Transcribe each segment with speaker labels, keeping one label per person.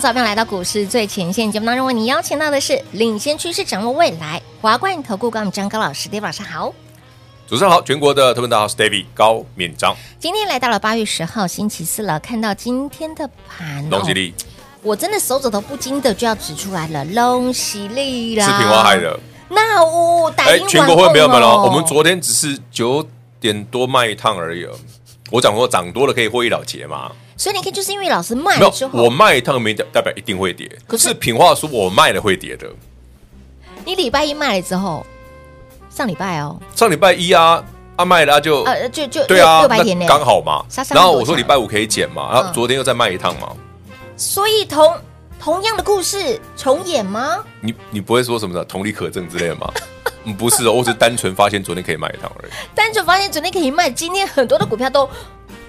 Speaker 1: 早上来到股市最前线节目当中，为你邀请到的是领先趋势、掌握未来华冠投顾高敏章高老师，David 老师好，
Speaker 2: 主持人好，全国的特别大家好，是 David 高敏章。
Speaker 1: 今天来到了八月十号星期四了，看到今天的盘，哦
Speaker 2: 龙吉利，
Speaker 1: 我真的手指头不禁的就要指出来了，龙喜利啦，
Speaker 2: 是平花海的。哎
Speaker 1: 那我打赢、哦、
Speaker 2: 全国会没有没有，我们昨天只是九点多卖一趟而已。哦我讲过，涨多了可以获益了结嘛。
Speaker 1: 所以你看，就是因为老师卖
Speaker 2: 了之后，我卖一趟没代代表一定会跌。可是品话说，我卖了会跌的。
Speaker 1: 你礼拜一卖了之后，上礼拜哦，
Speaker 2: 上礼拜一啊，啊卖了、啊、就
Speaker 1: 呃就就
Speaker 2: 对啊，
Speaker 1: 六百点
Speaker 2: 刚好嘛。然后我说礼拜五可以减嘛，然
Speaker 1: 嗯
Speaker 2: 后昨天又再卖一趟嘛。
Speaker 1: 所以同同样的故事重演吗？
Speaker 2: 你你不会说什么的同理可证之类的 吗？嗯，不是哦，我只是单纯发现昨天可以卖一趟而已。
Speaker 1: 单纯发现昨天可以卖，今天很多的股票都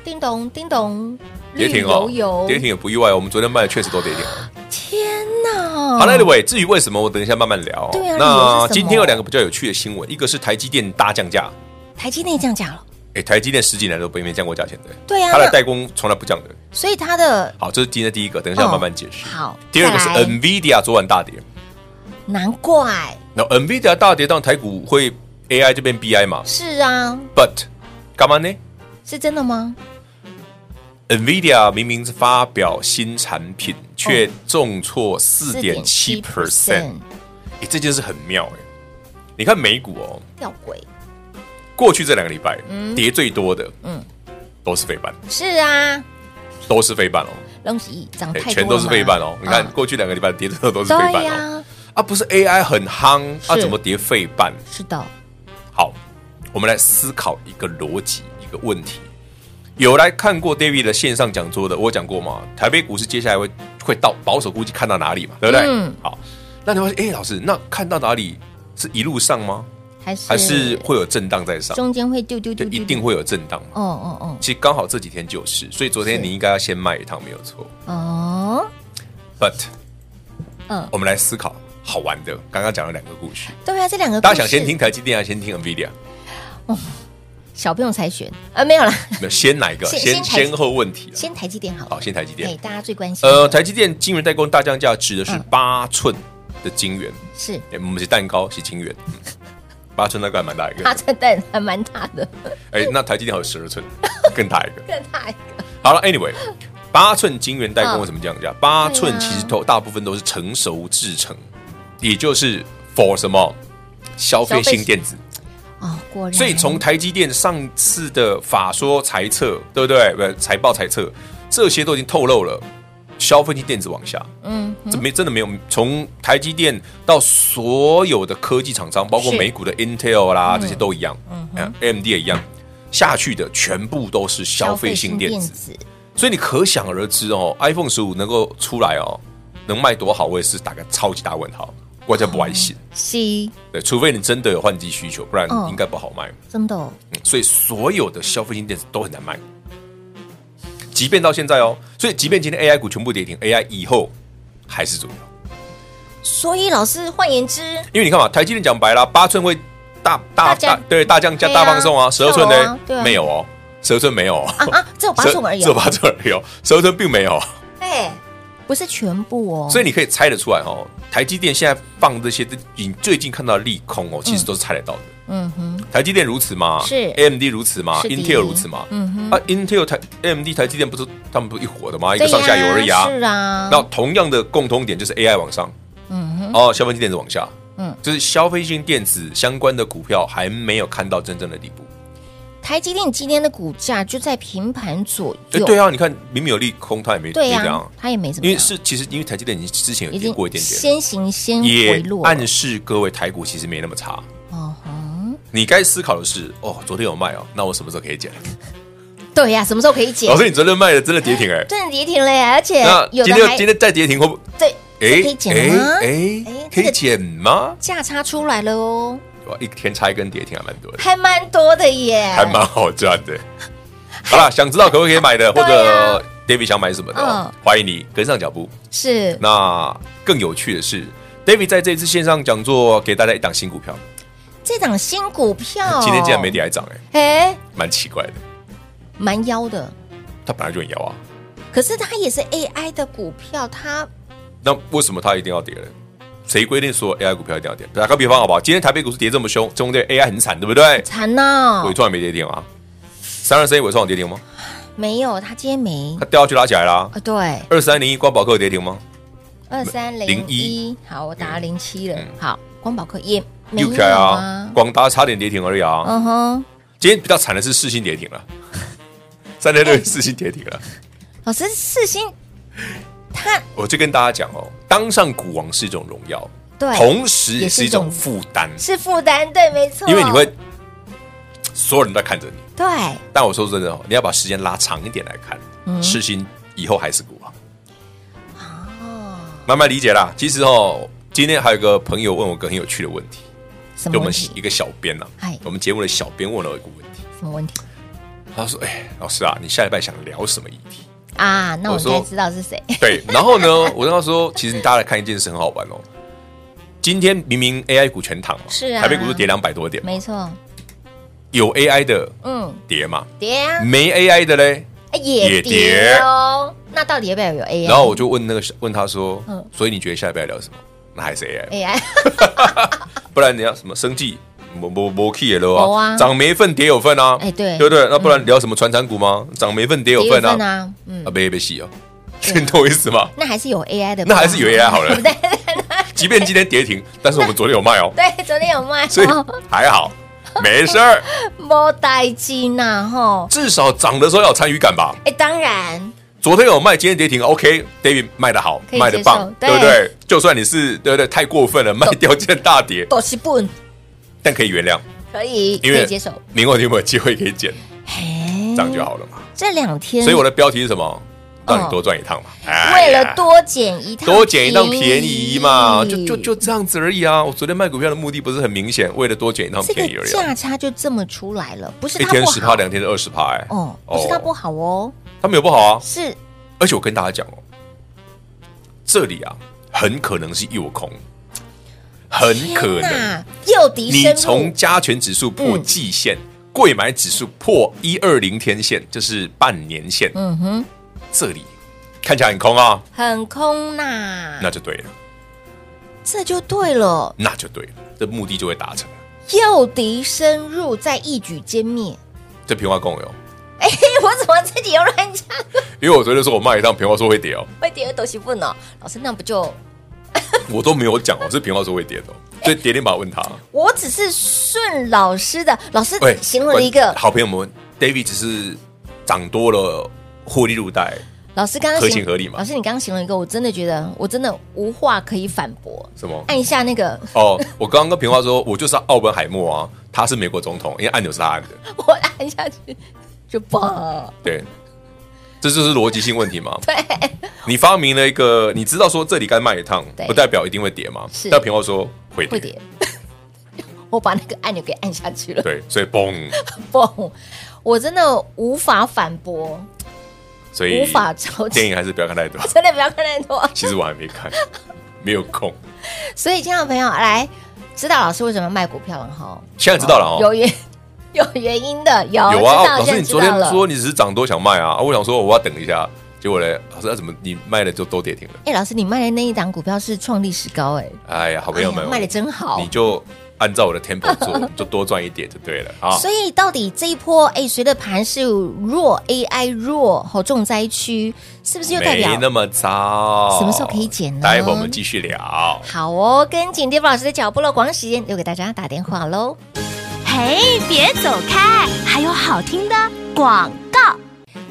Speaker 1: 叮咚叮咚。
Speaker 2: 跌停哦，跌停也不意外。我们昨天卖的确实都跌停
Speaker 1: 嗯
Speaker 2: 了。
Speaker 1: 天哪！
Speaker 2: 好，那各位，至于为什么，我等一下慢慢聊。哦
Speaker 1: 对啊，
Speaker 2: 那今天有两个比较有趣的新闻，一个是台积电大降价，
Speaker 1: 台积电降价了。
Speaker 2: 哎，台积电十几年都没降过价钱的。
Speaker 1: 对啊，
Speaker 2: 它的代工从来不降的。
Speaker 1: 所以它的
Speaker 2: 好，这是今天第一个，等一下慢慢解释。
Speaker 1: 好，
Speaker 2: 第二个是 NVIDIA 昨晚大跌，
Speaker 1: 难怪。
Speaker 2: 那 NVIDIA 大跌，当台股会 AI 这边 BI 嘛？
Speaker 1: 是啊。
Speaker 2: But 干嘛呢？
Speaker 1: 是真的吗？
Speaker 2: NVIDIA 明明是发表新产品，
Speaker 1: 哦
Speaker 2: 却重挫四点七 percent，哎，这件事很妙哎、欸。你看美股哦，
Speaker 1: 吊诡。
Speaker 2: 过去这两个礼拜、嗯、跌最多的，嗯，都是非半。
Speaker 1: 是啊，
Speaker 2: 都是非半哦。
Speaker 1: 东西涨太多、欸，
Speaker 2: 全都是非半哦。你看、啊、过去两个礼拜跌的都是非半哦。啊，啊不是 AI 很夯，啊怎么跌废半？
Speaker 1: 是的。
Speaker 2: 好，我们来思考一个逻辑，一个问题。有来看过 David 的线上讲座的，我讲过嘛？台北股市接下来会会到保守估计看到哪里嘛？对不对？嗯、好，那你会哎，老师，那看到哪里是一路上吗？
Speaker 1: 还是
Speaker 2: 还是会有震荡在上？
Speaker 1: 中间会丢丢
Speaker 3: 嗯
Speaker 1: 丢，
Speaker 2: 一定会有震荡。
Speaker 1: 哦哦哦，
Speaker 2: 其实刚好这几天就是，所以昨天你应该要先卖一趟，没有错。
Speaker 1: 哦
Speaker 2: ，But，
Speaker 1: 嗯，
Speaker 2: 我们来思考好玩的，
Speaker 3: 呃
Speaker 2: 刚刚讲了两个故事。
Speaker 1: 对啊，这两个
Speaker 2: 大家想先听台积电还是先听 NVIDIA？
Speaker 1: 哦
Speaker 3: 小朋友才选啊，没有啦，
Speaker 2: 那先哪一个？
Speaker 3: 先
Speaker 2: 先
Speaker 3: 先台积
Speaker 2: 先后问题啊。
Speaker 3: 先台积电好了
Speaker 2: 好，，先台积
Speaker 3: 哎，
Speaker 2: 电。
Speaker 3: 大家最关心的
Speaker 2: 呃，台积电晶圆代工大降价指的是
Speaker 3: 嗯
Speaker 2: 八寸的晶圆，
Speaker 3: 是
Speaker 2: 哎，不是蛋糕，是晶圆。嗯八寸那个还蛮大一
Speaker 3: 它
Speaker 2: 个，
Speaker 3: 这蛋还蛮大的，
Speaker 2: 哎，那台积电还有十二寸，更大一个。
Speaker 3: 更大一个，
Speaker 2: 好了，Anyway，八寸晶圆代
Speaker 3: 嗯
Speaker 2: 工为什么降价？八
Speaker 3: 对啊
Speaker 2: 寸其实都大部分都是成熟制成，也就是 for 什么消费性电子。
Speaker 3: 哦，果然，
Speaker 2: 所以从台积电上次的法说财测，对不对？不，财报财测这些都已经透露了，消费性电子往下，
Speaker 3: 嗯哼
Speaker 2: 这没真的没有。从台积电到所有的科技厂商，包括
Speaker 3: 是
Speaker 2: 美股的 Intel 啦，这些都一样，嗯，AMD 也一样，下去的全部都是消费性电子。
Speaker 3: 子
Speaker 2: 所以你可想而知哦，iPhone 十五能够出来哦，能卖多好，我也是打个超级大问号，我叫不爱信。
Speaker 3: 是
Speaker 2: 对，除非你真的有换机需求，不然
Speaker 3: 嗯
Speaker 2: 应该不好卖。
Speaker 3: 真的哦，
Speaker 2: 嗯所以所有的消费性电子都很难卖，即便到现在哦，所以即便今天 AI 股全部跌停，AI 以后还是主流。
Speaker 3: 所以老师换言之，
Speaker 2: 因为你看嘛，台积电讲白了，八寸会大大
Speaker 3: 大降
Speaker 2: 大对大降价
Speaker 3: 对啊
Speaker 2: 大放送啊，十二寸
Speaker 3: 跳啊对
Speaker 2: 呢
Speaker 3: 啊
Speaker 2: 没有哦，十二寸没有哦，
Speaker 3: 啊啊，只有八寸而 已
Speaker 2: 只有
Speaker 3: 哦，
Speaker 2: 八寸而已哦，十二寸并没有。
Speaker 3: 哎，不是全部哦，
Speaker 2: 所以
Speaker 3: 以
Speaker 2: 你可以猜得出来哦，台积电现在放这些，你最近看到的利空哦，其实都是猜得到的。
Speaker 3: 嗯哼，
Speaker 2: 台积电如此嘛，
Speaker 3: 是
Speaker 2: AMD 如此嘛
Speaker 3: 是第一
Speaker 2: ，Intel 如此嘛，
Speaker 3: 嗯哼
Speaker 2: 啊，Intel 台 AMD 台积电不是他们不是一伙的吗？一
Speaker 3: 对呀
Speaker 2: 个上下游而已啊。
Speaker 3: 是啊，
Speaker 2: 那同样的共通点就是 AI 往上，
Speaker 3: 嗯哼，
Speaker 2: 哦，消费性电子往下，
Speaker 3: 嗯
Speaker 2: 嗯，就是消费性电子相关的股票还没有看到真正的底部。
Speaker 3: 台积电今天的股价就在平盘左
Speaker 2: 哎
Speaker 3: 右，
Speaker 2: 对啊，你看明明有利空，它也没
Speaker 3: 对
Speaker 2: 没怎
Speaker 3: 呀
Speaker 2: 样，，
Speaker 3: 它也没怎么
Speaker 2: 因
Speaker 3: 样，
Speaker 2: 为是其实因为台积电已经之前有
Speaker 3: 已
Speaker 2: 跌
Speaker 3: 经
Speaker 2: 过一点点，
Speaker 3: 先行先回
Speaker 2: 也
Speaker 3: 落了，
Speaker 2: 暗示各位台股其实没那么差。
Speaker 3: 哦哼，
Speaker 2: 你该思考的是，哦，昨天有卖哦，那我什么时候可以减？
Speaker 3: 对呀，什么时候可以解
Speaker 2: 老？师，你昨天卖了，真的跌停哎、
Speaker 3: 真的跌停了耶，而且
Speaker 2: 那
Speaker 3: 有
Speaker 2: 今
Speaker 3: 的
Speaker 2: 天
Speaker 3: 还
Speaker 2: 今天再跌停会不？
Speaker 3: 对，
Speaker 2: 哎
Speaker 3: 可以减吗？
Speaker 2: 哎
Speaker 3: 哎
Speaker 2: 哎，
Speaker 3: 这
Speaker 2: 可
Speaker 3: 个
Speaker 2: 以减吗？
Speaker 3: 价差出来了哦，
Speaker 2: 哇，一天差一根跌停还蛮多的，
Speaker 3: 还蛮多的耶，
Speaker 2: 还蛮好赚的。 好啦，想知道可不可以买的，或
Speaker 3: 对啊嗯
Speaker 2: 者 David 想买什么的哦，欢迎你跟上脚步。
Speaker 3: 是
Speaker 2: 那更有趣的是，David 在这次线上讲座给大家一档新股票，
Speaker 3: 这档新股票，
Speaker 2: 今天竟然没，跌还涨，哎，
Speaker 3: 哎，
Speaker 2: 蛮奇怪的。
Speaker 3: 蛮妖的。
Speaker 2: 它本来就很摇啊，
Speaker 3: 可是它也是 AI 的股票，它
Speaker 2: 那为什么它一定要跌呢？谁规定说 AI 股票一定要跌？打个比方好不好？今天台北股市跌这么凶，中间 AI 很惨，对不对？
Speaker 3: 惨呐、
Speaker 2: 伟创也没跌停啊，三二三一伟创有跌停吗？
Speaker 3: 没有，它今天没
Speaker 2: 它掉下去拉起来啦。
Speaker 3: 啊，对，
Speaker 2: 二三零一光宝科有跌停吗？
Speaker 3: 二三零一
Speaker 2: 01，
Speaker 3: 好，我打零七了、
Speaker 2: 嗯
Speaker 3: 好，光宝科也没
Speaker 2: 又起
Speaker 3: 有
Speaker 2: 来
Speaker 3: 啊，
Speaker 2: 广达差点跌停而已啊。
Speaker 3: 嗯哼，
Speaker 2: 今天比较惨的是四星跌停了， 三六六四星跌停了。
Speaker 3: 老师四星，它
Speaker 2: 我就跟大家讲哦，当上股王是一种荣耀，
Speaker 3: 对
Speaker 2: 同时也
Speaker 3: 也是
Speaker 2: 是
Speaker 3: 一
Speaker 2: 一
Speaker 3: 种
Speaker 2: 种负担，
Speaker 3: 是啊负担，对，没错，
Speaker 2: 因为你会所有人都在看着你。
Speaker 3: 对，
Speaker 2: 但我说真的哦，你要把时间拉长一点来看，
Speaker 3: 嗯
Speaker 2: 世新以后还是股王，
Speaker 3: 哦，
Speaker 2: 慢慢理解啦。其实哦，今天还有一个朋友问我个很有趣的问题，
Speaker 3: 什
Speaker 2: 就
Speaker 3: 么问
Speaker 2: 我们
Speaker 3: 题？
Speaker 2: 一个小编呐、啊
Speaker 3: 嗨，
Speaker 2: 我们节目的小编问了我一个问题，
Speaker 3: 什么问题
Speaker 2: 他说：“哎，老师啊，你下礼拜想聊什么议题
Speaker 3: 啊？那我
Speaker 2: 我
Speaker 3: 应
Speaker 2: 说
Speaker 3: 该知道是谁，？”
Speaker 2: 对，然后呢，我跟他说，其实你大家来看一件事很好玩哦。今天明明 AI 股全躺嘛，
Speaker 3: 是啊
Speaker 2: 台北股市跌两百多点嘛，
Speaker 3: 没错，
Speaker 2: 有 AI 的
Speaker 3: 嗯，
Speaker 2: 跌嘛，
Speaker 3: 跌啊，
Speaker 2: 没 AI 的嘞。
Speaker 3: 哎也
Speaker 2: 嗯
Speaker 3: 跌
Speaker 2: 也跌
Speaker 3: 哦，那到底要不要有 AI？
Speaker 2: 然后我就问那个问他说
Speaker 3: 嗯：“
Speaker 2: 所以你觉得下礼拜要聊什么？”那还是 AI，嘛
Speaker 3: AI
Speaker 2: 不然你要什么生计？没没没 key 了
Speaker 3: 没啊
Speaker 2: 啊，涨没份跌有份啊，
Speaker 3: 哎对
Speaker 2: 对不对？那不然聊什么传产股吗？涨没份跌 有
Speaker 3: 跌
Speaker 2: 份
Speaker 3: 份
Speaker 2: 啊，
Speaker 3: 啊，嗯
Speaker 2: 啊，，别别洗哦，
Speaker 3: 对啊
Speaker 2: 你懂我意思吗？
Speaker 3: 那还是有 AI 的，
Speaker 2: 那还是有 AI 好了
Speaker 3: 对不对？
Speaker 2: 即便今天跌停，但是我们昨天有卖哦，
Speaker 3: 对，昨天有卖哦，
Speaker 2: 所以还好，没 事儿，
Speaker 3: 没代金呐，吼，
Speaker 2: 至少涨的时候要有参与感吧。
Speaker 3: 哎，当然，
Speaker 2: 昨天有卖，今天跌停，OK，David 卖的好
Speaker 3: 可，以
Speaker 2: 卖的棒，
Speaker 3: 接
Speaker 2: 对
Speaker 3: 受哦
Speaker 2: 不对？就算你是对不对太过分了，卖掉见大跌，
Speaker 3: 多是本
Speaker 2: 但可以原谅，
Speaker 3: 可以，可
Speaker 2: 因为
Speaker 3: 以接受。
Speaker 2: 明后天有没有机会可以减，
Speaker 3: 嘿
Speaker 2: 这样就。好了嘛。
Speaker 3: 这两天，
Speaker 2: 所以我的标题是什么？让你多赚一趟嘛。哎
Speaker 3: 嗯哦为
Speaker 2: 呀
Speaker 3: 了多捡一趟，
Speaker 2: 多捡一趟便宜嘛，就就就这样子而已啊。我昨天卖股票的目的不是很明显，为了多捡一趟
Speaker 3: 这
Speaker 2: 便宜
Speaker 3: 个
Speaker 2: 而已啊。
Speaker 3: 价差就这么出来了，不是
Speaker 2: 一
Speaker 3: 它
Speaker 2: 天
Speaker 3: 不
Speaker 2: 十趴，
Speaker 3: 好
Speaker 2: 两天是二十趴，哎，
Speaker 3: 哦，不是它不
Speaker 2: 哦，
Speaker 3: 好哦，
Speaker 2: 他们有不好啊。
Speaker 3: 是
Speaker 2: 而且我跟大家讲哦，这里啊，很可能是诱空，很可
Speaker 3: 天
Speaker 2: 能
Speaker 3: 哪诱敌
Speaker 2: 你
Speaker 3: 深入
Speaker 2: 从加权指数破季线贵买指数破一二零天线，就是半年线，
Speaker 3: 嗯哼，
Speaker 2: 这里看起来很空啊，
Speaker 3: 很空呐、
Speaker 2: 那就对了，
Speaker 3: 这就对了，
Speaker 2: 那就对了，这目的就会达成了。
Speaker 3: 诱敌深入，再一举歼灭。
Speaker 2: 这平花共有，
Speaker 3: 哎、我怎么自己又乱讲？
Speaker 2: 因为我昨天说我卖一趟平花说会跌哦，
Speaker 3: 会跌的东西不呢？哦老师，那不就
Speaker 2: 我都没有讲哦，是平花说会跌的哦，
Speaker 3: 哎
Speaker 2: 所以跌停板问他。哦
Speaker 3: 我只是顺老师的，老师
Speaker 2: 喂，
Speaker 3: 形容了一个
Speaker 2: 喂，好朋友们，David 只是涨多了获利入袋，
Speaker 3: 老师刚刚
Speaker 2: 合
Speaker 3: 形
Speaker 2: 情合理嘛
Speaker 3: 老师，你刚刚形容一个，我真的觉得我真的无话可以反驳。
Speaker 2: 什么？
Speaker 3: 按一下那个，
Speaker 2: 哦，我刚刚跟平花说，我就是奥本海默啊，他是美国总统，因为按钮是他按的，
Speaker 3: 我按下去就爆。
Speaker 2: 对，这就是逻辑性问题 嘛。
Speaker 3: 对，
Speaker 2: 你发明了一个，你知道说这里该卖一趟
Speaker 3: 对，
Speaker 2: 不代表一定会跌嘛
Speaker 3: 是。
Speaker 2: 但平花说 会
Speaker 3: 会
Speaker 2: 跌，
Speaker 3: 跌。我把那个按钮给按下去了，
Speaker 2: 对，所以嘣，
Speaker 3: 嘣！我真的无法反驳，
Speaker 2: 所以
Speaker 3: 无法超
Speaker 2: 电
Speaker 3: 前，
Speaker 2: 影还是不要看太多。
Speaker 3: 真的不要看太多。
Speaker 2: 其实我还没看，没有空。
Speaker 3: 所以，亲爱的朋友，来知道老师为什么卖股票了哈？
Speaker 2: 现在知道了哦
Speaker 3: 有原 有原因的，有
Speaker 2: 有
Speaker 3: 知
Speaker 2: 啊，
Speaker 3: 道
Speaker 2: 老师，
Speaker 3: 现在
Speaker 2: 你昨
Speaker 3: 知
Speaker 2: 天
Speaker 3: 道了
Speaker 2: 说你只是涨多想卖啊，啊我想说我要等一下，结果嘞，老师啊怎么你卖了就都跌停了？
Speaker 3: 哎、老师，你卖的那一档股票是创历史高、哎，
Speaker 2: 哎呀，好朋友
Speaker 3: 哎
Speaker 2: 们，
Speaker 3: 呀卖的真好
Speaker 2: 你。就按照我的 tempo 做，你就多赚一点就对了啊。
Speaker 3: 所以到底这一波，哎、随着盘势弱，AI 弱，好重灾区，是不是又代表
Speaker 2: 没那么糟，
Speaker 3: 什么时候可以减呢
Speaker 2: 待会我们继续聊。
Speaker 3: 好哦？跟紧 d a 老师的脚步了，广告时间又给大家打电话喽。
Speaker 4: 嘿，别走开，还有好听的广告。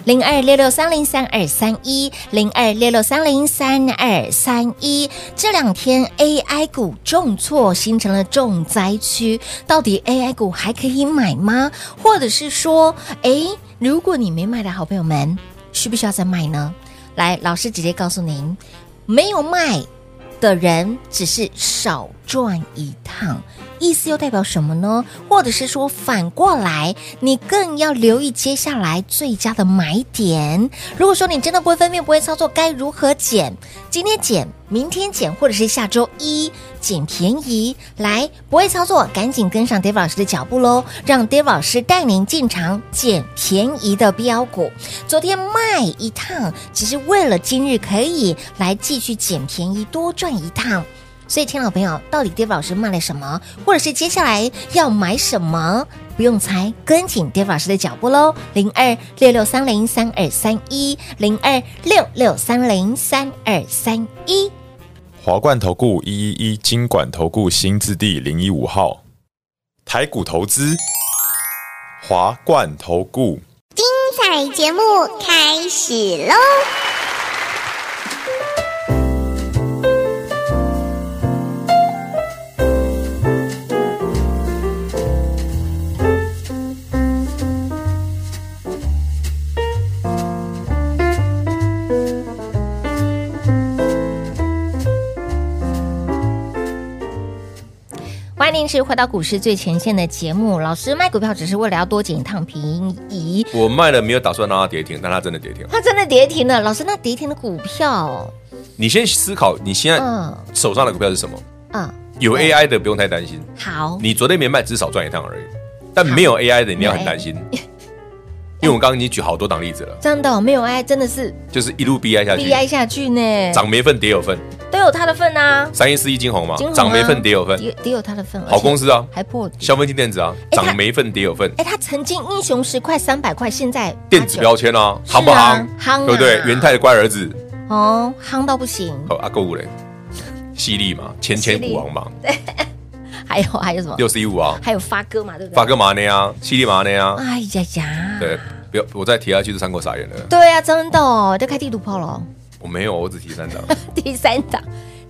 Speaker 3: 零二六六三零三二三一，零二六六三零三二三一。这两天 AI 股重挫，形成了重灾区。到底 AI 股还可以买吗？或者是说，诶，如果你没卖的好朋友们，需不需要再卖呢？来，老师直接告诉您，没有卖的人只是少赚一趟，意思又代表什么呢？或者是说反过来，你更要留意接下来最佳的买点。如果说你真的不会分辨、不会操作，该如何减？今天减，明天减，或者是下周一捡便宜。来，不会操作，赶紧跟上 Dave 老师的脚步喽，让 Dave 老师带您进场捡便宜的标股。昨天卖一趟，只是为了今日可以来继续捡便宜，多赚一趟。所以，亲爱的朋友，到底 Dave 老师卖了什么，或者是接下来要买什么？不用猜，跟紧 Dave 老师的脚步喽。零二六六三零三二三一，零二六六三零三二三一。
Speaker 5: 华冠投顾一一一金管投顾新字第零一五号，台股投资，华冠投顾。
Speaker 6: 彩节目开始喽！
Speaker 3: 欢迎您持续回到股市最前线的节目。老师卖股票只是为了要多捡一趟便宜，
Speaker 2: 我卖了没有打算让它跌停，但它真的跌停。
Speaker 3: 它真的跌停了。老师，那跌停的股票，
Speaker 2: 你先思考，你现
Speaker 3: 嗯
Speaker 2: 在手上的股票是什么？
Speaker 3: 嗯，
Speaker 2: 有
Speaker 3: 对
Speaker 2: AI 的不用太担心，
Speaker 3: 好，
Speaker 2: 你昨天没卖，只少赚一趟而已。但没有 AI 的，你要很担 心，因为我们刚刚已经举好多档例子了，
Speaker 3: 真的哦没有爱，真的是
Speaker 2: 就是一路 BI 下去
Speaker 3: B，I 下去呢，
Speaker 2: 涨没份跌有份，
Speaker 3: 都有他的份啊，
Speaker 2: 三一四一金红嘛
Speaker 3: 金红啊，
Speaker 2: 涨没份跌有份，
Speaker 3: 也也有他的份，
Speaker 2: 好公
Speaker 3: 司
Speaker 2: 司啊，
Speaker 3: 还破底。
Speaker 2: 消费性电子啊，
Speaker 3: 哎它
Speaker 2: 涨没份跌有份，
Speaker 3: 哎，他曾经英雄十块三百块，现在
Speaker 2: 电子标签啊，行不行？
Speaker 3: 是啊夯啊
Speaker 2: 对不对？元泰的乖儿子，
Speaker 3: 八九哦，夯到不行。
Speaker 2: 哦，阿购物嘞，犀利嘛，前前股王嘛，
Speaker 3: 还有还有什么？
Speaker 2: 六四一五啊，
Speaker 3: 还有发哥嘛，对不对？
Speaker 2: 发。哥马内啊，犀利马内啊，
Speaker 3: 哎呀呀！
Speaker 2: 对，不要我再提下去就三国傻眼了。
Speaker 3: 对啊，真的哦，就开地图炮了 哦。
Speaker 2: 我没有，我只提 三档，
Speaker 3: 第三档，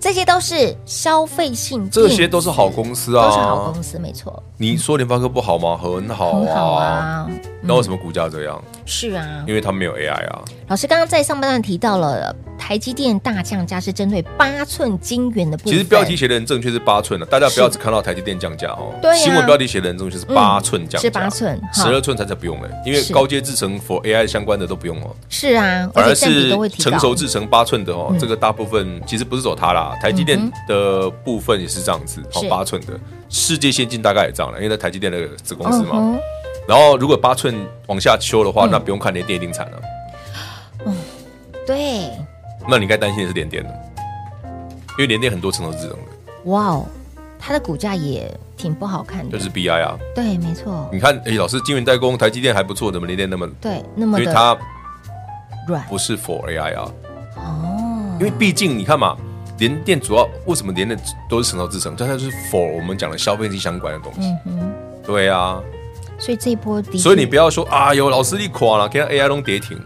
Speaker 3: 这些都是消费性，
Speaker 2: 这些都是好公司
Speaker 3: 都是好
Speaker 2: 啊。
Speaker 3: 公司，没错，
Speaker 2: 你说联发科不好吗？很好
Speaker 3: 很好
Speaker 2: 啊。
Speaker 3: 啊。
Speaker 2: 那为什么股价这样？
Speaker 3: 是啊，
Speaker 2: 因为它没有 AI 啊。
Speaker 3: 老师刚刚在上半段提到了呃台积电大降价是针对八寸晶圆的部分，
Speaker 2: 其实标题写的很正确是八寸的，啊大家不要
Speaker 3: 是
Speaker 2: 只看到台积电降价哦。
Speaker 3: 对啊嗯
Speaker 2: 新闻标题写的很正确是八寸降价，
Speaker 3: 是八寸
Speaker 2: 十
Speaker 3: 哈
Speaker 2: 二寸才才不用嘞，因为
Speaker 3: 是
Speaker 2: 高阶制程 for AI 相关的都不用哦，
Speaker 3: 是啊，
Speaker 2: 反而
Speaker 3: 而且占比
Speaker 2: 是
Speaker 3: 都会提高嗯
Speaker 2: 成熟制程八寸的哦，这个大部分其实不是走它啦，台积电的部分也是这样子，哦
Speaker 3: 是，
Speaker 2: 八寸的，世界先进大概也这样了，因为那台积电的子公司
Speaker 3: 嗯
Speaker 2: 嘛，
Speaker 3: 哼，嗯
Speaker 2: 然后如果八寸往下修的话，那不用看连电一定惨了。
Speaker 3: 对，
Speaker 2: 那你该担心的是连电了，因为连电很多层都是这种的，
Speaker 3: 哇哦，它的股价也挺不好看的，
Speaker 2: 就是 BI 啊。
Speaker 3: 对，没错，
Speaker 2: 你看，哎，老师，晶圆代工，台积电还不错，怎么连电那么？
Speaker 3: 对，那
Speaker 2: 因
Speaker 3: 么
Speaker 2: 为
Speaker 3: 的
Speaker 2: 它
Speaker 3: 软
Speaker 2: 不是 for AI 啊，
Speaker 3: 哦，
Speaker 2: 因为毕竟你看嘛，联电主要为什么联电都是成熟制成，但它就是 for 我们讲的消费性相关的东西。
Speaker 3: 嗯哼，
Speaker 2: 对啊，
Speaker 3: 所以这一波的确，
Speaker 2: 所以你不要说啊，有老师你垮了，给它 AI 都跌停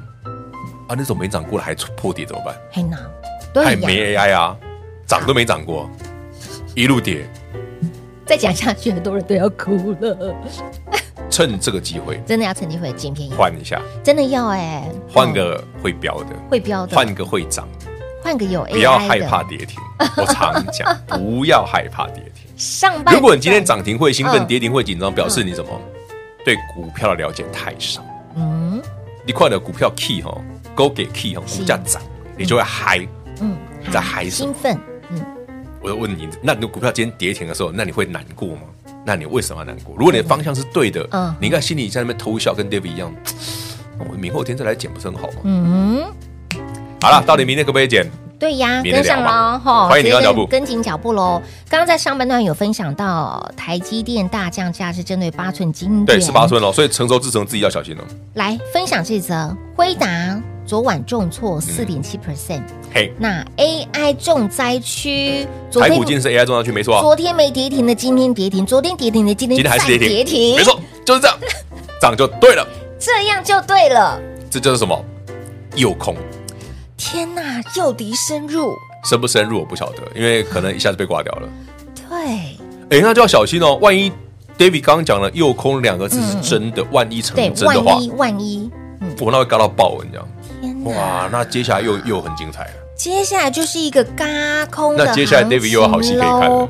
Speaker 2: 啊，那种没涨过的还破底怎么办？
Speaker 3: 很难，对
Speaker 2: 还
Speaker 3: 呀，
Speaker 2: 没 AI 啊，涨都没涨过，一路跌，
Speaker 3: 再讲下去很多人都要哭了，
Speaker 2: 趁这个机会
Speaker 3: 真的要趁机会捡便宜，
Speaker 2: 换一下，
Speaker 3: 真的要哎，
Speaker 2: 换
Speaker 3: 哦
Speaker 2: 个会标的，
Speaker 3: 会标的，
Speaker 2: 换个会涨，
Speaker 3: 换个有 AI
Speaker 2: 不要害
Speaker 3: 的
Speaker 2: 怕跌停。我常 讲，不要害怕跌停。
Speaker 3: 上半。
Speaker 2: 如果你今天，涨停会兴奋，
Speaker 3: 嗯
Speaker 2: 跌停会紧张，表示你什么？对股票的了解太少。
Speaker 3: 嗯
Speaker 2: 你看的股票 key 哈，勾给 key 哈，
Speaker 3: 是
Speaker 2: 股价涨，你就会嗨。
Speaker 3: 嗯，
Speaker 2: 你在嗨什
Speaker 3: 兴
Speaker 2: 么
Speaker 3: 奋，嗯，
Speaker 2: 我就问你，那你的股票今天跌停的时候，那你会难过吗？那你为什么要难过？如果你的方向是对的，
Speaker 3: 嗯
Speaker 2: 你应该心里在那边偷笑，跟 David 一样。我明后天再来减不是很好吗？
Speaker 3: 嗯，
Speaker 2: 好了，到底明天可不可以减？
Speaker 3: 对呀，
Speaker 2: 免得
Speaker 3: 跟上
Speaker 2: 聊
Speaker 3: 喽，
Speaker 2: 嘛
Speaker 3: 吼
Speaker 2: 欢迎
Speaker 3: 直
Speaker 2: 你
Speaker 3: 接
Speaker 2: 跟上脚步
Speaker 3: 跟紧脚步喽。刚刚在上半段有分享到台积电大降价是针对八寸晶
Speaker 2: 对，
Speaker 3: 圆，
Speaker 2: 十八。寸哦，所以成熟制成自己要小心哦。
Speaker 3: 来分享这则，辉达昨晚重
Speaker 2: 嗯
Speaker 3: 挫四点七 percent，
Speaker 2: 嘿，
Speaker 3: 那 AI 重灾区，昨
Speaker 2: 台
Speaker 3: 天
Speaker 2: 股今天是 AI 重要区，没错啊，
Speaker 3: 昨天没跌停的，今天跌停；昨天跌停的，今天
Speaker 2: 今天还是
Speaker 3: 再
Speaker 2: 跌
Speaker 3: 跌
Speaker 2: 停，
Speaker 3: 停，
Speaker 2: 没，错，就是这样，涨就对了。
Speaker 3: 这样就对了。
Speaker 2: 这就是什么？诱空
Speaker 3: 天呐，诱敌深入，
Speaker 2: 深不深入我不晓得，因为可能一下子被挂掉了。
Speaker 3: 对，
Speaker 2: 哎，那就要小心哦，万一 David 刚刚讲了“诱空”两个字是真的，万一成
Speaker 3: 对，
Speaker 2: 嗯真的话
Speaker 3: 万，一万一，
Speaker 2: 我那会嘎到爆，你知道吗？
Speaker 3: 天哪！
Speaker 2: 哇，那接下来又又很精彩了。
Speaker 3: 接下来就是一个嘎空的
Speaker 2: 那接下来 David 又有好戏可以看
Speaker 3: 喽
Speaker 2: 了。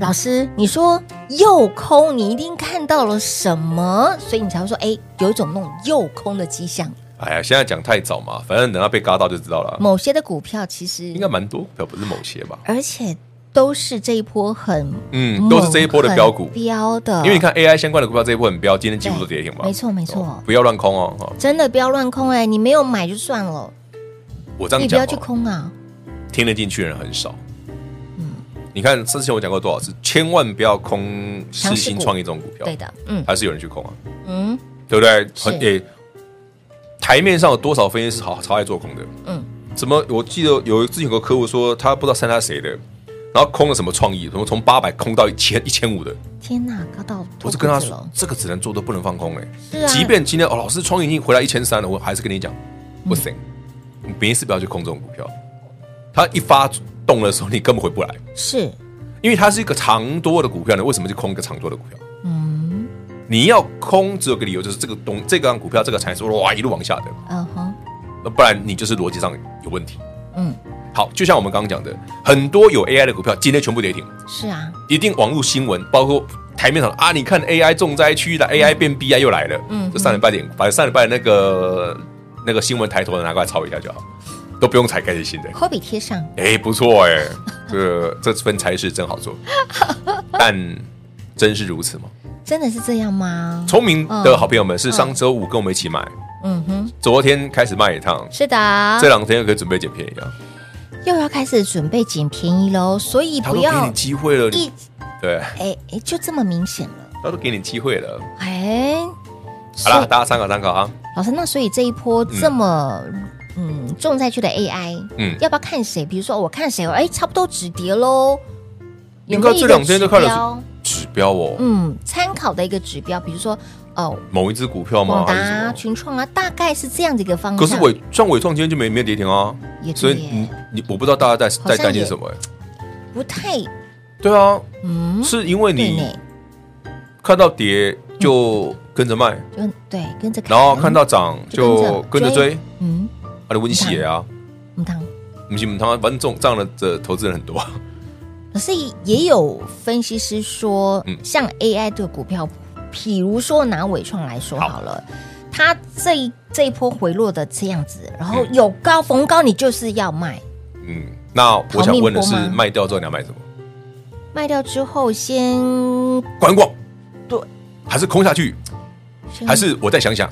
Speaker 3: 老师，你说右空，你一定看到了什么，所以你才会说，哎，有一种那种右空的迹象。
Speaker 2: 哎呀，现在讲太早嘛，反正等他被嘎到就知道了。
Speaker 3: 某些的股票其实
Speaker 2: 应该蛮多股票，不是某些吧？
Speaker 3: 而且都是这一波很
Speaker 2: 嗯都是这一波的标股
Speaker 3: 猛很标的，
Speaker 2: 因为你看 AI 相关的股票这一波很标，今天几乎都跌停嘛。
Speaker 3: 呃没错没错
Speaker 2: 哦不要乱空哦。哦
Speaker 3: 真的不要乱空哎、你没有买就算了，
Speaker 2: 我这
Speaker 3: 你
Speaker 2: 样
Speaker 3: 不要
Speaker 2: 讲
Speaker 3: 去
Speaker 2: 哦，
Speaker 3: 空啊，
Speaker 2: 听得进去的人很少。你看之前我讲过多少次，千万不要空
Speaker 3: 强势股
Speaker 2: 世新创意这种股票，
Speaker 3: 对的，嗯
Speaker 2: 还是有人去空啊，
Speaker 3: 嗯，
Speaker 2: 对不对？
Speaker 3: 是
Speaker 2: 很诶，台面上有多少分析师好超爱做空的？
Speaker 3: 嗯
Speaker 2: 嗯，怎么？我记得有之前有个客户说，他不知道参加谁的，然后空了什么创意，什么从八百空到一千一千五的，
Speaker 3: 天哪，高到
Speaker 2: 我
Speaker 3: 脱
Speaker 2: 就跟他
Speaker 3: 裤子
Speaker 2: 说
Speaker 3: 了，
Speaker 2: 这个只能做多不能放空哎、
Speaker 3: 是啊
Speaker 2: 即便今天哦，老师创意已经回来一千三了，我还是跟你讲，
Speaker 3: 嗯
Speaker 2: 不行，你没事不要去空这种股票，它一发动的时候你根本回不来，
Speaker 3: 是，
Speaker 2: 因为它是一个长多的股票，你为什么去空一个长多的股票？
Speaker 3: 嗯
Speaker 2: 你要空只有个理由，就是这个东这个股票这个产业是哇一路往下的，
Speaker 3: 嗯哼，
Speaker 2: 那不然你就是逻辑上有问题。
Speaker 3: 嗯，
Speaker 2: 好，就像我们刚刚讲的，很多有 AI 的股票今天全部跌停，
Speaker 3: 是啊，
Speaker 2: 一定网络新闻，包括台面上啊，你看 AI 重灾区的 AI 变 BI 又来了，
Speaker 3: 嗯
Speaker 2: 嗯，这上礼拜点，把上礼拜那个那个新闻抬头的拿过来抄一下就好，都不用踩盖子新的，
Speaker 3: 科比贴上，
Speaker 2: 哎，不错哎， 这这份差事真好做，但真是如此吗？
Speaker 3: 真的是这样吗？
Speaker 2: 聪明的好朋友们是上周五跟我们一起买，
Speaker 3: 嗯啊哼，
Speaker 2: 昨天开始卖一趟，
Speaker 3: 是
Speaker 2: 这
Speaker 3: 的，
Speaker 2: 两天又可以准备捡便宜啊，
Speaker 3: 又要开始准备捡便宜喽，所以
Speaker 2: 他
Speaker 3: 不
Speaker 2: 都给你
Speaker 3: 要
Speaker 2: 机会了，
Speaker 3: 一
Speaker 2: 你对，
Speaker 3: 哎哎，就这么明显了，
Speaker 2: 他都给你机会了，
Speaker 3: 哎，
Speaker 2: 好
Speaker 3: 所
Speaker 2: 啦，
Speaker 3: 以
Speaker 2: 大家参考参考啊，
Speaker 3: 老师，那所以这一波这么嗯重灾区的 AI，
Speaker 2: 嗯
Speaker 3: 要不要看谁？比如说我看谁，哎，差不多止跌喽，有
Speaker 2: 应
Speaker 3: 没
Speaker 2: 该
Speaker 3: 有一
Speaker 2: 这
Speaker 3: 个
Speaker 2: 两天
Speaker 3: 指
Speaker 2: 就看
Speaker 3: 标
Speaker 2: 了？指标哦，
Speaker 3: 嗯，参考的一个指标，比如说哦，
Speaker 2: 某一只股票吗？
Speaker 3: 广
Speaker 2: 还是什
Speaker 3: 达、
Speaker 2: 么？
Speaker 3: 群创啊，大概是这样的一个方向。
Speaker 2: 可是伟像伟创今天就没没有跌停啊，
Speaker 3: 也对
Speaker 2: 所以你你我不知道大家在
Speaker 3: 好像
Speaker 2: 在担心什么、欸。
Speaker 3: 不太
Speaker 2: 对啊，
Speaker 3: 嗯，
Speaker 2: 是因为
Speaker 3: 对
Speaker 2: 你
Speaker 3: 呢，嗯
Speaker 2: 看到跌就跟着卖，
Speaker 3: 就对跟着看，
Speaker 2: 然后看到涨
Speaker 3: 嗯就
Speaker 2: 就
Speaker 3: 跟
Speaker 2: 跟
Speaker 3: 着
Speaker 2: 着
Speaker 3: 追
Speaker 2: 追，
Speaker 3: 嗯，
Speaker 2: 啊，你温血啊，
Speaker 3: 嗯，当
Speaker 2: 不行，他们反正这种这样的这投资人很多啊，
Speaker 3: 可是也有分析师说，
Speaker 2: 嗯
Speaker 3: 像 AI 的股票，比如说拿伟创来说好了，它这一这一波回落的这样子，然后
Speaker 2: 嗯
Speaker 3: 有高逢高，你就是要卖，
Speaker 2: 嗯，那我想问的是
Speaker 3: 逃命波吗，
Speaker 2: 卖掉之后你要买什么？
Speaker 3: 卖掉之后先
Speaker 2: 观望，
Speaker 3: 对，嗯
Speaker 2: 还是空下去？还是我再想想？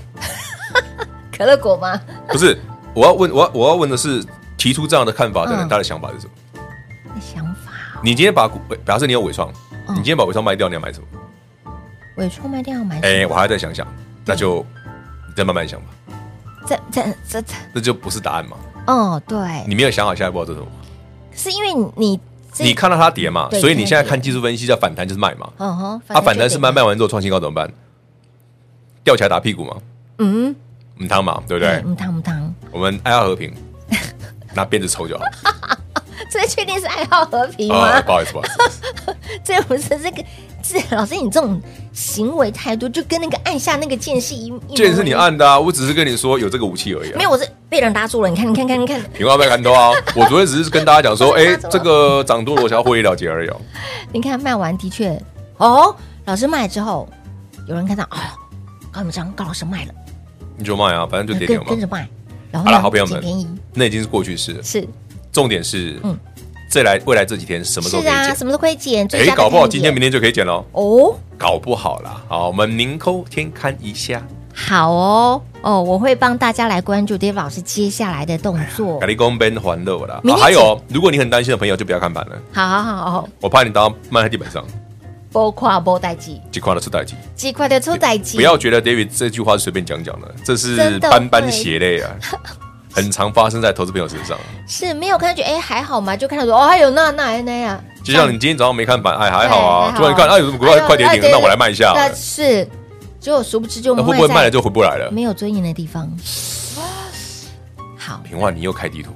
Speaker 3: 可乐果吗？
Speaker 2: 不是，我要问，我要我要问的是，提出这样的看法的人，
Speaker 3: 嗯
Speaker 2: 他的想法是什么？
Speaker 3: 想法，
Speaker 2: 你今天把股，呃假设你有伟创，
Speaker 3: 嗯
Speaker 2: 你今天把伟创卖掉，你要买什么？
Speaker 3: 伟创卖掉要买什么？
Speaker 2: 哎，我还要再想想，那就你再慢慢想吧，
Speaker 3: 这这这这，
Speaker 2: 这就不是答案嘛？
Speaker 3: 哦，对，
Speaker 2: 你没有想好下一步要做什么，
Speaker 3: 是因为你这
Speaker 2: 你，看到它跌嘛，
Speaker 3: 对
Speaker 2: 所以你现在
Speaker 3: 看到
Speaker 2: 看
Speaker 3: 跌
Speaker 2: 技术分析叫反弹就是卖嘛，
Speaker 3: 哦吼，
Speaker 2: 它啊反
Speaker 3: 就
Speaker 2: 弹
Speaker 3: 是得
Speaker 2: 卖，卖完之后创新高怎么办？吊起来打屁股嘛，
Speaker 3: 嗯，
Speaker 2: 嗯，汤嘛，对不对？
Speaker 3: 嗯，汤不汤，
Speaker 2: 我们爱好和平，拿鞭子抽就好。
Speaker 3: 这确定是爱好和平
Speaker 2: 哦
Speaker 3: 吗？
Speaker 2: 不好意思，不好 意思。
Speaker 3: 这不是这个，这老师你这种行为态度就跟那个按下那个键是一，一
Speaker 2: 这也是
Speaker 3: 模一
Speaker 2: 你
Speaker 3: 样
Speaker 2: 按的啊，我只是跟你说有这个武器而已、啊。
Speaker 3: 没有，我是被人搭住了。你看，你看，看，你看，
Speaker 2: 平花被砍头啊！我昨天只是跟大家讲说，
Speaker 3: 我是
Speaker 2: 哎、
Speaker 3: 怕什么
Speaker 2: 这个涨多了，我想要获利了结而已、哦。
Speaker 3: 你看，卖完的确哦，老师卖了之后，有人看到，哎呦，高你们张高老师卖了，
Speaker 2: 你就卖啊，反正就跌
Speaker 3: 跟
Speaker 2: 点嘛
Speaker 3: 跟。着卖，然后
Speaker 2: 好
Speaker 3: 呢
Speaker 2: 了，好朋友
Speaker 3: 捡
Speaker 2: 们
Speaker 3: 便宜，
Speaker 2: 那已经是过去式了。
Speaker 3: 是
Speaker 2: 重点是，
Speaker 3: 嗯
Speaker 2: 嗯，这来未来这几天什么时候
Speaker 3: 是
Speaker 2: 可以
Speaker 3: 啊，
Speaker 2: 减
Speaker 3: 什？么都可以减，最
Speaker 2: 哎、
Speaker 3: 佳的
Speaker 2: 搞不好
Speaker 3: 看
Speaker 2: 今天
Speaker 3: 点
Speaker 2: 明天就可以减喽，
Speaker 3: 哦，
Speaker 2: 搞不好啦。好，我们宁扣天看一下。
Speaker 3: 好哦哦，我会帮大家来关注 Dave 老师接下来的动作
Speaker 2: 咖，喱公边还乐啦、
Speaker 3: 明
Speaker 2: 啊
Speaker 3: 天
Speaker 2: 还有，如果你很担心的朋友，就不要看盘了，
Speaker 3: 好好好哦好，
Speaker 2: 我怕你当慢在地板上，
Speaker 3: 包括包代机，
Speaker 2: 几块的出代金。
Speaker 3: 几块的出代机，
Speaker 2: 不要觉得 David 这句话是随便讲讲的，这是
Speaker 3: 真的
Speaker 2: 斑斑血 泪啊，很常发生在投资朋友身上。
Speaker 3: 是没有看觉，哎，还好嘛，就看到说，哦，还有那那那样，
Speaker 2: 就像你今天早上没看板，哎，还好啊，
Speaker 3: 对
Speaker 2: 突然看，哎，有什么股
Speaker 3: 嗯哎
Speaker 2: 票
Speaker 3: 呦
Speaker 2: 快跌
Speaker 3: 哎
Speaker 2: 停
Speaker 3: 对
Speaker 2: 了，那我来卖一下好了
Speaker 3: 那，是，结果殊不知就
Speaker 2: 那会不会
Speaker 3: 在
Speaker 2: 卖了就回不来了？
Speaker 3: 没有尊严的地方。好，
Speaker 2: 平话，你又开地图，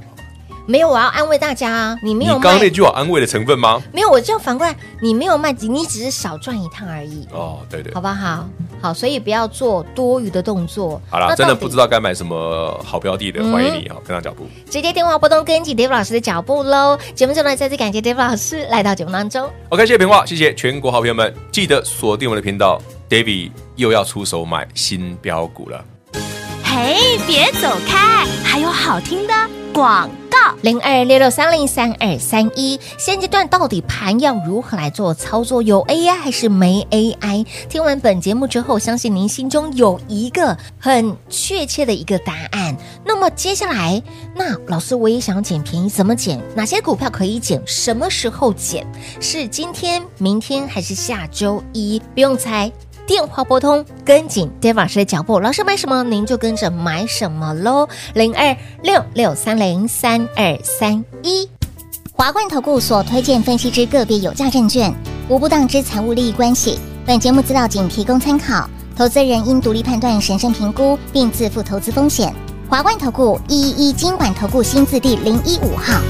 Speaker 3: 没有，我要安慰大家啊，你没
Speaker 2: 你
Speaker 3: 有
Speaker 2: 刚刚
Speaker 3: 卖
Speaker 2: 那，句话安慰的成分吗？
Speaker 3: 没有，我这样反过来，你没有卖，你只是少赚一趟而已，
Speaker 2: 哦，对对
Speaker 3: 好，不好？好，所以不要做多余的动作。
Speaker 2: 好啦，
Speaker 3: 那
Speaker 2: 真
Speaker 3: 到底
Speaker 2: 的
Speaker 3: 嗯
Speaker 2: 不知道该买什么好标的的，欢迎你啊，跟上脚步。
Speaker 3: 直接电话拨动，跟紧 Dave 老师的脚步喽。节目最后呢，再次感谢 Dave 老师来到节目当中。
Speaker 2: OK，谢谢平话，谢谢全国好朋友们，记得锁定我们的频道，David 又要出手买新标股了。
Speaker 4: 嘿，别走开，还有好听的广告。
Speaker 3: 零二六六三零三二三一。现阶段到底盘要如何来做操作？有 AI 还是没 AI？听完本节目之后，相信您心中有一个很确切的一个答案。那么接下来，那老师我也想捡便宜，怎么捡？哪些股票可以捡？什么时候捡？是今天、明天还是下周一？不用猜。电话拨通，跟紧 Dave 老师的脚步，老师买什么您就跟着买什么喽。零二六六三零三二三一。
Speaker 6: 华冠投顾所推荐分析之个别有价证券，无不当之财务利益关系。本节目资料仅提供参考，投资人应独立判断、审慎评估，并自负投资风险。华冠投顾一一一金管投顾新字第零一五号。